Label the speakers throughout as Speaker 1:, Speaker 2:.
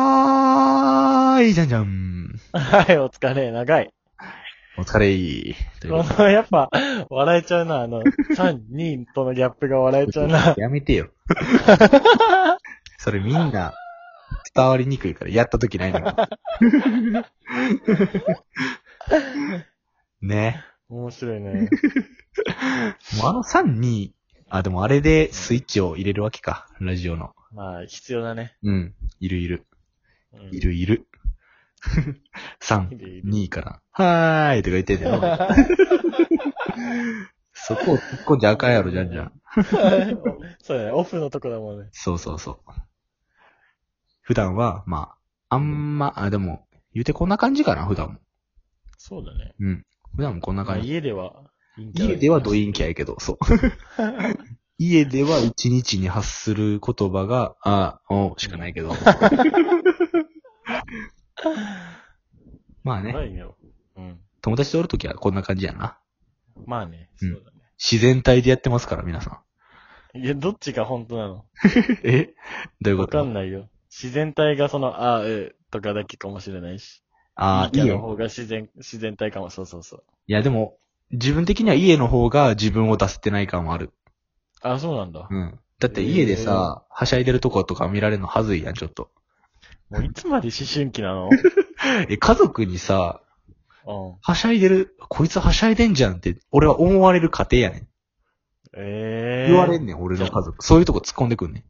Speaker 1: はーい、じゃんじゃん。
Speaker 2: はい、お疲 れ、長い。
Speaker 1: お疲れい。という
Speaker 2: こ
Speaker 1: こ
Speaker 2: の、やっぱ、笑えちゃうな、あの、3、2とのギャップが笑えちゃ
Speaker 1: と
Speaker 2: う
Speaker 1: で
Speaker 2: な。
Speaker 1: やめてよ。それみんな伝わりにくいから、やった時ないのに。ね。
Speaker 2: 面白いね。
Speaker 1: もうあの3、2、あ、でもあれでスイッチを入れるわけか。ラジオの。
Speaker 2: まあ、必要だね。
Speaker 1: うん。いるいる。
Speaker 2: うん
Speaker 1: い。るいる。
Speaker 2: いるい
Speaker 1: 3、
Speaker 2: る
Speaker 1: 2から。はーいとか言ってんだよ。そこを突っ込んじゃあかんやろ、じゃんじゃん。
Speaker 2: そうだね、オフのとこだもんね。
Speaker 1: そうそうそう。普段は、まあ、あんま、あ、でも、言うてこんな感じかな、普段も。
Speaker 2: そうだね。
Speaker 1: うん。普段もこんな
Speaker 2: まあ、
Speaker 1: 感じ。
Speaker 2: 家では、
Speaker 1: 家ではド
Speaker 2: い
Speaker 1: インキャやけど、そう。 家では一日に発する言葉が、あ、お、しかない けど。まあ
Speaker 2: な
Speaker 1: ね、
Speaker 2: いよ。うん。
Speaker 1: 友達とおるときはこんな感じやな。
Speaker 2: まあね、
Speaker 1: う
Speaker 2: そ
Speaker 1: ん
Speaker 2: うだね。
Speaker 1: 自然体でやってますから、皆さ
Speaker 2: いや、どっちが本当なの
Speaker 1: ん。えどういうこ
Speaker 2: わか
Speaker 1: と
Speaker 2: んないよ。自然体がその、あ、え、とかだけかもしれないし。
Speaker 1: ああ、い
Speaker 2: 家
Speaker 1: い
Speaker 2: の
Speaker 1: よ。
Speaker 2: 方が自然、自然体かも、そうそうそう。
Speaker 1: いや、でも、自分的には家の方が自分を出せてない感はある。
Speaker 2: あ、そうなんだ。
Speaker 1: うん。だって家でさ、はしゃいでるとことか見られるのはずいやん、ちょっと。
Speaker 2: もういつまで思春期なの
Speaker 1: え、家族にさ、
Speaker 2: うん。
Speaker 1: はしゃいでる、こいつはしゃいでんじゃんって、俺は思われる過程やねん。
Speaker 2: ええー。
Speaker 1: 言われんねん、俺の家族。そういうとこ突っ込んでくんねん。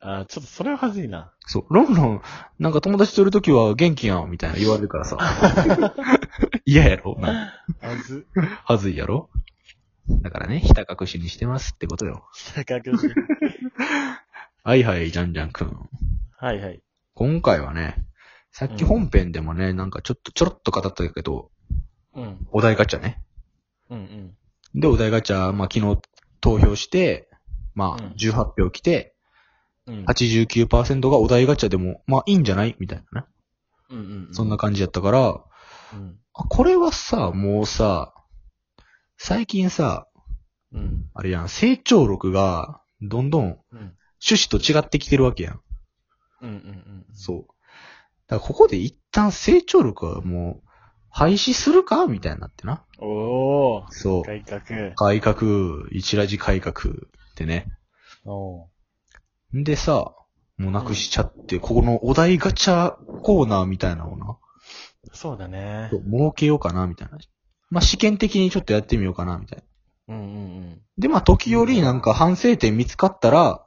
Speaker 2: あ、ちょっとそれははずいな。
Speaker 1: そう、ロンロン、なんか友達といるときは元気やん、みたいな言われるからさ。 嫌やろな
Speaker 2: はず。
Speaker 1: はずいやろだからね、ひた隠しにしてますってことよ。
Speaker 2: 高くじ。
Speaker 1: はいはい、じゃんじゃんくん。
Speaker 2: はいはい。
Speaker 1: 今回はね、さっき本編でもね、なんかちょっとちょろっと語ったけど、
Speaker 2: うん。
Speaker 1: お題ガチャね。
Speaker 2: うんうん。
Speaker 1: で、お題ガチャ、まあ、昨日投票して、まあ
Speaker 2: うん、
Speaker 1: 18票来て、
Speaker 2: うん。
Speaker 1: 89%がお題ガチャでも、まあ、いいんじゃないみたいなね。
Speaker 2: うんうん。
Speaker 1: そんな感じやったから、
Speaker 2: うん。
Speaker 1: あこれはさ、もうさ、最近さ、
Speaker 2: うん。
Speaker 1: あれやん、成長録が、どんどん
Speaker 2: うん。
Speaker 1: 趣旨と違ってきてるわけやん。
Speaker 2: うんうんうん。
Speaker 1: そう。だからここで一旦成長録はもう、廃止するかみたいになってな。
Speaker 2: おー。
Speaker 1: そう。
Speaker 2: 改革。
Speaker 1: 改革、一ラジ改革ってね。
Speaker 2: おー。
Speaker 1: んでさ、もうなくしちゃって、ここのお題ガチャコーナーみたいなのをな、
Speaker 2: そうだね。
Speaker 1: 設けようかな、みたいな。まあ、試験的にちょっとやってみようかな、みたいな。
Speaker 2: うんうん
Speaker 1: で、まあ、時折なんか反省点見つかったら、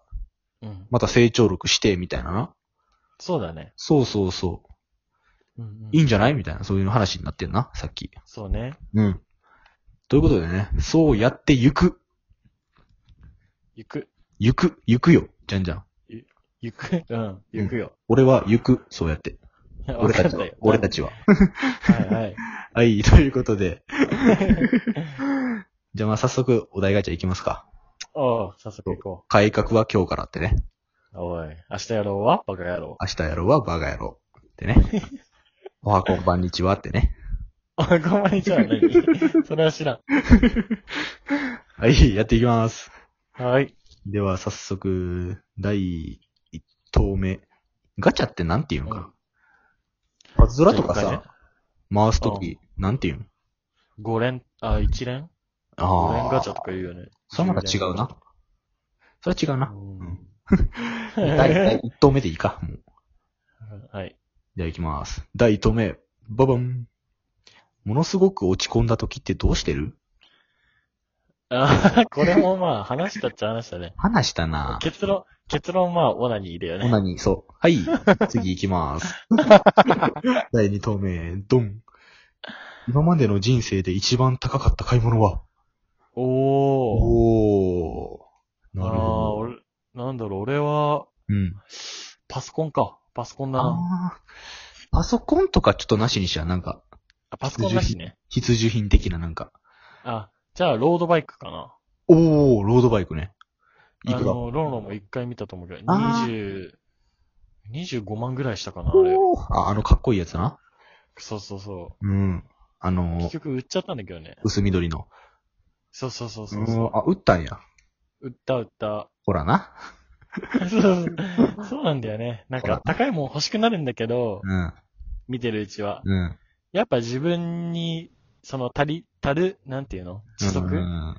Speaker 2: うん。うん。
Speaker 1: また成長力して、みたいなな。
Speaker 2: そうだね。
Speaker 1: そうそうそう。
Speaker 2: うんうん
Speaker 1: いいんじゃないみたいな、そういう話になってんな、さっき。
Speaker 2: そうね。
Speaker 1: うん。ということでね、そうやってゆく。
Speaker 2: 行く。
Speaker 1: ゆく、ゆくよ。じゃんじゃん。
Speaker 2: 行く。うん。行くよ。
Speaker 1: 俺はゆく、そうやって。 俺たちは。俺た
Speaker 2: ち。
Speaker 1: ちは。
Speaker 2: はいはい。
Speaker 1: はい、 ということで。じゃあまあ早速、お題ガチャいきますか。
Speaker 2: おー、早速行こ
Speaker 1: 改革は今日からってね。
Speaker 2: う。おい。明日やろうはバカ野郎。
Speaker 1: 明日やろうはバカ野郎ってね。 おはこんばんにちはってね。
Speaker 2: あ、ごめんじゃあ何それは知ら
Speaker 1: はい、やっていきます。
Speaker 2: ん。はい。
Speaker 1: では早速、第1投目。ガチャってなんて言うんか。パズドラとか
Speaker 2: そうかね
Speaker 1: さ、回すとき、なんて言うん
Speaker 2: 5連、あ、1連
Speaker 1: あ
Speaker 2: ?5 連ガチャと
Speaker 1: か。
Speaker 2: か言うよね。
Speaker 1: それはまた違うな。それは違うな。
Speaker 2: うん。
Speaker 1: 第1投目でいいか。もう
Speaker 2: はい。
Speaker 1: じゃあ行きます。第1投目。ババン。ものすごく落ち込んだ時ってどうしてる
Speaker 2: あ これもまあ、話したっちゃ話したね。
Speaker 1: 話したな
Speaker 2: 結論、結論まあ、オナニーだよ
Speaker 1: ほ
Speaker 2: ね。
Speaker 1: なに、そう。はい。 次行きます。 第2投目。ドン。今までの人生で一番高かった買い物は
Speaker 2: おー。
Speaker 1: おー。
Speaker 2: あ
Speaker 1: なる
Speaker 2: あ、
Speaker 1: ほど。
Speaker 2: 俺、なんだろう、俺は、
Speaker 1: うん。
Speaker 2: パソコンか。パソコンだな。
Speaker 1: あーパソコンとかちょっとなしにしちゃう。なんか、
Speaker 2: あ、パソコンだしね。
Speaker 1: 必需品的ななんか。
Speaker 2: あ、じゃあ、ロードバイクかな。
Speaker 1: おー、ロードバイクね。い
Speaker 2: あ
Speaker 1: くら
Speaker 2: の、ロンロンも一回見たと思うけど、
Speaker 1: あ
Speaker 2: 20、25万ぐらいしたかな、あれ。
Speaker 1: おーあ、あのかっこいいやつな。
Speaker 2: そうそうそ
Speaker 1: うん。あ
Speaker 2: う。
Speaker 1: の
Speaker 2: 結、局売っちゃったんだけどね。
Speaker 1: 薄緑の。
Speaker 2: そうそうそう
Speaker 1: う
Speaker 2: そうそ
Speaker 1: ん、あ、打ったんや。
Speaker 2: う。売った売った。
Speaker 1: ほらな。
Speaker 2: そうそうそうなんだよね。なんか、高いもん欲しくなるんだけど、
Speaker 1: うん。
Speaker 2: 見てるうちは。
Speaker 1: うん。
Speaker 2: やっぱ自分に、その、足り、足る、なんていうの知足
Speaker 1: うん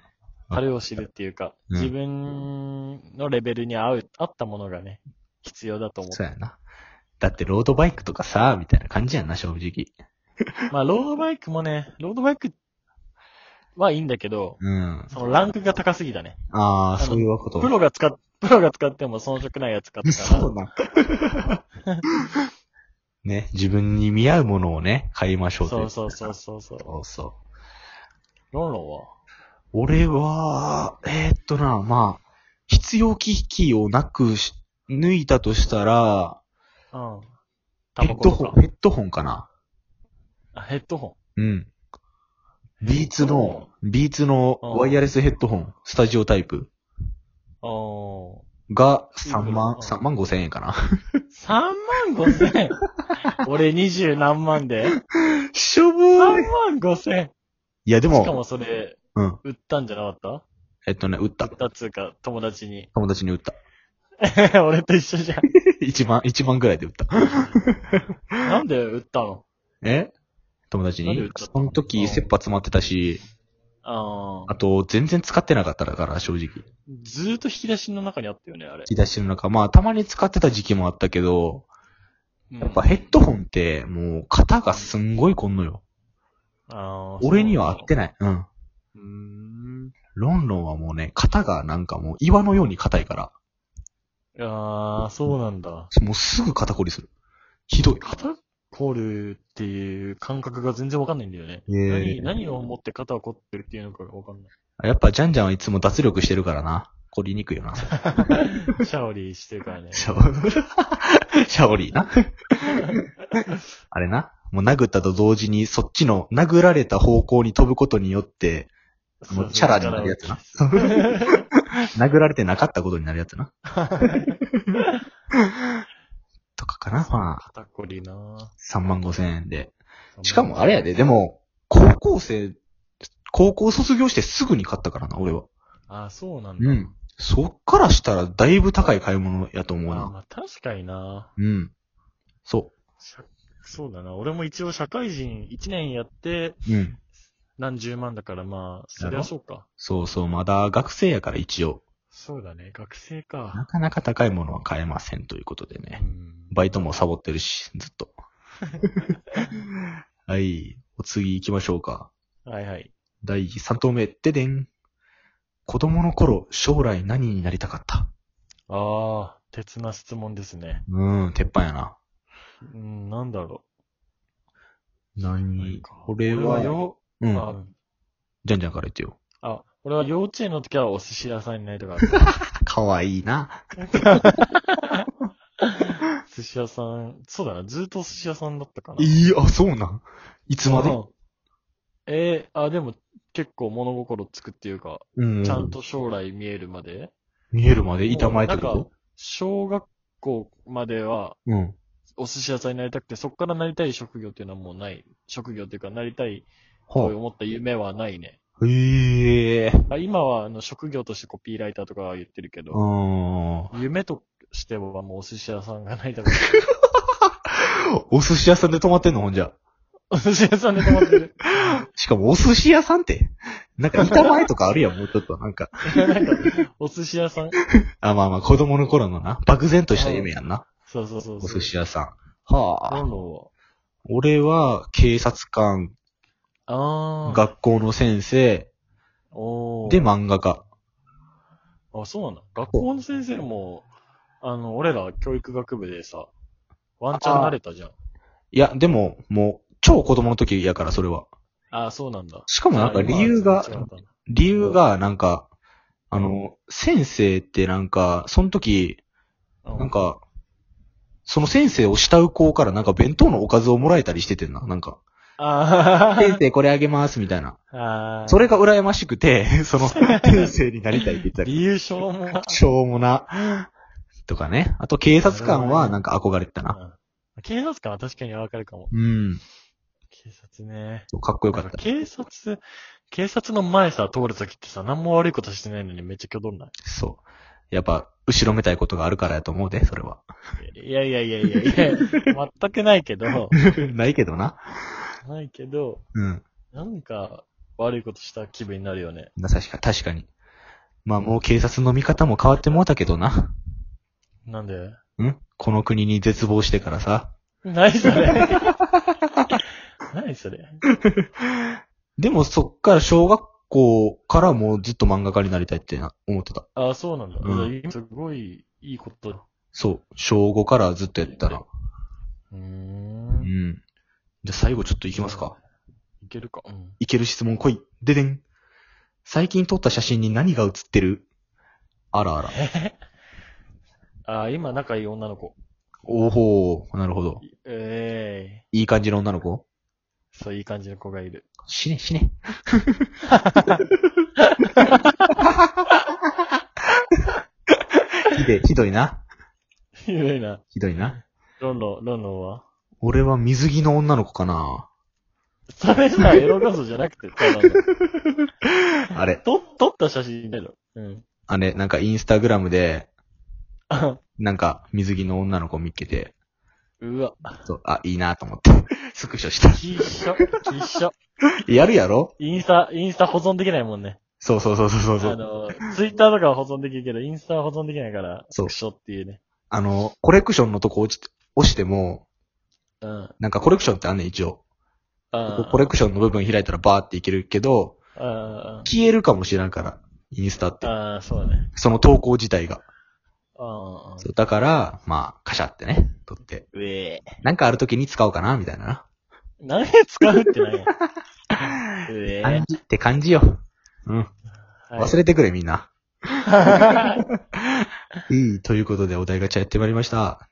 Speaker 2: 足るを知るっていうか、
Speaker 1: うん
Speaker 2: 自分のレベルに合う、合ったものがね、必要だと思
Speaker 1: そうやな。だってロードバイクとかさ、みたいな感じやんな、正直。
Speaker 2: う。まあ、ロードバイクもね、ロードバイクはいいんだけど、
Speaker 1: うん。
Speaker 2: そのランクが高すぎだね。
Speaker 1: ああ、
Speaker 2: の
Speaker 1: そういうこと
Speaker 2: プ。ロが使っ、プロが使っても遜色ないやつ買ったから。
Speaker 1: そうなん。 ね、自分に見合うものをね、買いましょう
Speaker 2: そう
Speaker 1: う
Speaker 2: そうそうそうそう。
Speaker 1: そうそう。
Speaker 2: ロンロンは
Speaker 1: 俺は、えーっとな、まあ、必要機器をなくし、抜いたとしたら、
Speaker 2: うん。タ
Speaker 1: ヘ
Speaker 2: バ
Speaker 1: ッ
Speaker 2: コ
Speaker 1: ド
Speaker 2: と
Speaker 1: ホ
Speaker 2: か
Speaker 1: ン、。ヘッドホンかな。
Speaker 2: あ、ヘッドホ
Speaker 1: うん。ビーツの、ビーツのワイヤレスヘッドホン、スタジオタイプ
Speaker 2: ン。お
Speaker 1: が3万、
Speaker 2: うん
Speaker 1: 3万5千円 かな。
Speaker 2: ー。3万5千 円。俺二十何万で。
Speaker 1: しょぼ
Speaker 2: 3
Speaker 1: ーい。
Speaker 2: 万5千
Speaker 1: いや、で
Speaker 2: 円。しか
Speaker 1: も、
Speaker 2: もそれ、
Speaker 1: うん。
Speaker 2: 売ったんじゃなかっ
Speaker 1: えっとね、売ったた
Speaker 2: 売っ。たっつうか、友達に。
Speaker 1: 友達に売った。
Speaker 2: 俺と一緒じゃん。
Speaker 1: 1万、1万ぐらいで売った。
Speaker 2: なんで売ったの
Speaker 1: え友達
Speaker 2: なんで売
Speaker 1: に
Speaker 2: っちゃった
Speaker 1: その時、切羽詰まってたし、
Speaker 2: ああ
Speaker 1: あ。と、全然使ってなかったから、正直。
Speaker 2: ずーっと引き出しの中にあったよね、あれ
Speaker 1: 引。き出しの中、まあ、たまに使ってた時期もあったけど、やっぱヘッドホンって、もう、型がすんごいこんのよ。
Speaker 2: あー
Speaker 1: 俺には合ってない。うん。
Speaker 2: そうなんだ
Speaker 1: ロンロンはもうね、型がなんかもう岩のように硬いから、
Speaker 2: うーん。ああ、そうなんだ。
Speaker 1: もうすぐ肩こりする。ひどい。
Speaker 2: 肩凝るっていう感覚が全然わかんないんだよね。
Speaker 1: いえいえ
Speaker 2: 何何を思って肩を凝ってるっていうのかがわかんない。
Speaker 1: やっぱジャンジャンはいつも脱力してるからな。凝りにくいよな。
Speaker 2: シャオリーしてるからね。
Speaker 1: シャオ、 シャオリーな。あれな。もう殴ったと同時に、そっちの殴られた方向に飛ぶことによって、もうチャラになるやつな。殴られてなかったことになるやつ な。とかかな。まあ、
Speaker 2: 肩こりな
Speaker 1: 3万5千円で。
Speaker 2: ぁ
Speaker 1: しかもあれやで、で。も、高校生、高校卒業してすぐに買ったからな、俺は。
Speaker 2: ああ、そうなんだ。
Speaker 1: うん。そっからしたらだいぶ高い買い物やと思う
Speaker 2: あー
Speaker 1: な。
Speaker 2: まあ確かにな
Speaker 1: うん。そ
Speaker 2: 社そうだな。俺も一応社会人1年やって
Speaker 1: う。うん。
Speaker 2: 何十万だからまあ、そ
Speaker 1: だ
Speaker 2: り
Speaker 1: ろ
Speaker 2: ゃそうか。
Speaker 1: そうそう、まだ学生やから一応。
Speaker 2: そうだね。学生か。
Speaker 1: なかなか高いものは買えませんということでね
Speaker 2: う。ん
Speaker 1: バイトもサボってるし、ずっ と。はい。お次行きましょうか。
Speaker 2: はいはい。
Speaker 1: 第3投目、ででん。子供の頃、将来何になりたかった
Speaker 2: ああ、鉄な質問ですね。
Speaker 1: うーん、鉄板やな。
Speaker 2: うん、なんだろう。
Speaker 1: 何これ
Speaker 2: 俺
Speaker 1: は、
Speaker 2: はよ、
Speaker 1: うん。
Speaker 2: あ
Speaker 1: じゃんじゃんから言ってよ。
Speaker 2: あ、俺は幼稚園の時はお寿司屋さんになりたかっ
Speaker 1: かわいいな。
Speaker 2: た。寿司屋さん、そうだな、ずっとお寿司屋さんだったかな。
Speaker 1: いい、あ、そうなんいつまで
Speaker 2: うんえー、あ、でも結構物心つくっていうか、
Speaker 1: う
Speaker 2: ちゃん。と将来見えるまで、
Speaker 1: 見えるまで板前ってこ
Speaker 2: なん
Speaker 1: と
Speaker 2: か小学校までは
Speaker 1: うん。
Speaker 2: お寿司屋さんになりたくて、そこからなりたい職業っていうのはもうない。職業っていうか、なりたい、こう
Speaker 1: は
Speaker 2: 思った夢はないね。
Speaker 1: あ。ええー。
Speaker 2: あ今はあの職業としてコピーライターとかは言ってるけ
Speaker 1: う
Speaker 2: ど、
Speaker 1: ーん。
Speaker 2: 夢としてはもうお寿司屋さんがないだろう。
Speaker 1: お寿司屋さんで泊まってんのほんじゃ。
Speaker 2: お寿司屋さんで止まってる。
Speaker 1: しかもお寿司屋さんって、なんか板前とかあ るやん、もうちょっとなんか。
Speaker 2: いや、なんか、お寿司屋さん
Speaker 1: あ、まあまあ子供の頃のな、漠然とした夢やんな。
Speaker 2: そうそうそうそう。
Speaker 1: お寿司屋さん。は
Speaker 2: な
Speaker 1: あ。
Speaker 2: の
Speaker 1: 俺は警察官、
Speaker 2: あー。
Speaker 1: 学校の先生、
Speaker 2: おー
Speaker 1: で、漫画家。
Speaker 2: あ、そうなんだ。学校の先生も、あの、俺ら教育学部でさ、ワンチャン慣れたじゃん。
Speaker 1: いや、でも、もう、超子供の時やから、それは。
Speaker 2: ああ、そうなんだ。
Speaker 1: しかもなんか理由が
Speaker 2: じゃあ今は全然違った
Speaker 1: 理由が、なんか、あの、先生ってなんか、その時、
Speaker 2: な
Speaker 1: なん、か、その先生を慕う子からなんか弁当のおかずをもらえたりしててんな、なん か。
Speaker 2: あ
Speaker 1: 先生これあげます、みたいな。
Speaker 2: あ、ああ。
Speaker 1: それが羨ましくて、 その、先生になりたいって言 ったり。
Speaker 2: 理由しょうもな。
Speaker 1: しょうもな。とかね。あと警察官はなんか憧れてたな。
Speaker 2: うん警察官は確かにわかるかも。
Speaker 1: うん。
Speaker 2: 警察ね。
Speaker 1: かっこよかった。
Speaker 2: 警察、警察の前さ、通るときってさ、何も悪いことしてないのにめっちゃ挙動ない。
Speaker 1: そう。やっぱ、後ろめたいことがあるからやと思うで、それは。
Speaker 2: いやいやいやいや いや、全くないけど、
Speaker 1: ないけどな。
Speaker 2: ないけど、
Speaker 1: うん。
Speaker 2: なんか悪いことした気分になるよね。
Speaker 1: な確か、確かに。まあもう警察の見方も変わってもうたけどな。
Speaker 2: なんで
Speaker 1: うんこの国に絶望してからさ。
Speaker 2: 何そ れ何それ
Speaker 1: でもそっから小学校からもうずっと漫画家になりたいってな思ってた。
Speaker 2: あ、そうなんだ。
Speaker 1: うん
Speaker 2: いやすごいいいことだ。
Speaker 1: そう。小5からずっとやってたら。
Speaker 2: うー。
Speaker 1: うんん。じゃあ最後ちょっといきますか。
Speaker 2: いけるか。うん。
Speaker 1: いける質問来い。ででん。最近撮った写真に何が写ってるあらあら。
Speaker 2: あ、今仲いい女の子。
Speaker 1: おほー。なるほど。
Speaker 2: ええ
Speaker 1: いい感じの女の子
Speaker 2: そういい感じの子がい る。
Speaker 1: 死ね、死ね。 ひで、ひどいな。
Speaker 2: ひどいな。
Speaker 1: ひどいな。
Speaker 2: ロンロン、ロンロンは
Speaker 1: 俺は水着の女の子かな。
Speaker 2: それさ、エロ画像じゃなくて、ただの
Speaker 1: あれ、
Speaker 2: と、撮った写真だよ。うん。
Speaker 1: あれ、なんかインスタグラムで、
Speaker 2: あ
Speaker 1: なんか水着の女の子見っけて、
Speaker 2: う わ。
Speaker 1: そうあ、いいなと思って、 スクショした。
Speaker 2: きっしょ、きっしょ。
Speaker 1: やるやろ
Speaker 2: インスタ、インスタ保存できないもんね。
Speaker 1: そうそうそうそうそう
Speaker 2: あ
Speaker 1: そう。
Speaker 2: の、ツイッターとかは保存できるけど、インスタは保存できないから、
Speaker 1: そう
Speaker 2: クショっていうね。
Speaker 1: あの、コレクションのとこ落ち押しても、
Speaker 2: うん。
Speaker 1: なんかコレクションってあんねん、一応。
Speaker 2: あ
Speaker 1: コレクションの部分開いたらバーっていけるけど、
Speaker 2: あ、あ
Speaker 1: 消えるかもしれんから、インスタっ
Speaker 2: あ、
Speaker 1: て。
Speaker 2: ああ、そうだね。
Speaker 1: その投稿自体が。
Speaker 2: ああ、
Speaker 1: そう、だから、まあ、カシャってね、撮って。
Speaker 2: うええ。
Speaker 1: なんかある時に使おうかな、みたいなな。
Speaker 2: 何使うってな んや。うええ。
Speaker 1: 感じって感じよ。うん。忘れてくれ、みんな。
Speaker 2: はい
Speaker 1: いい、ということでお題ガチャやってまいりました。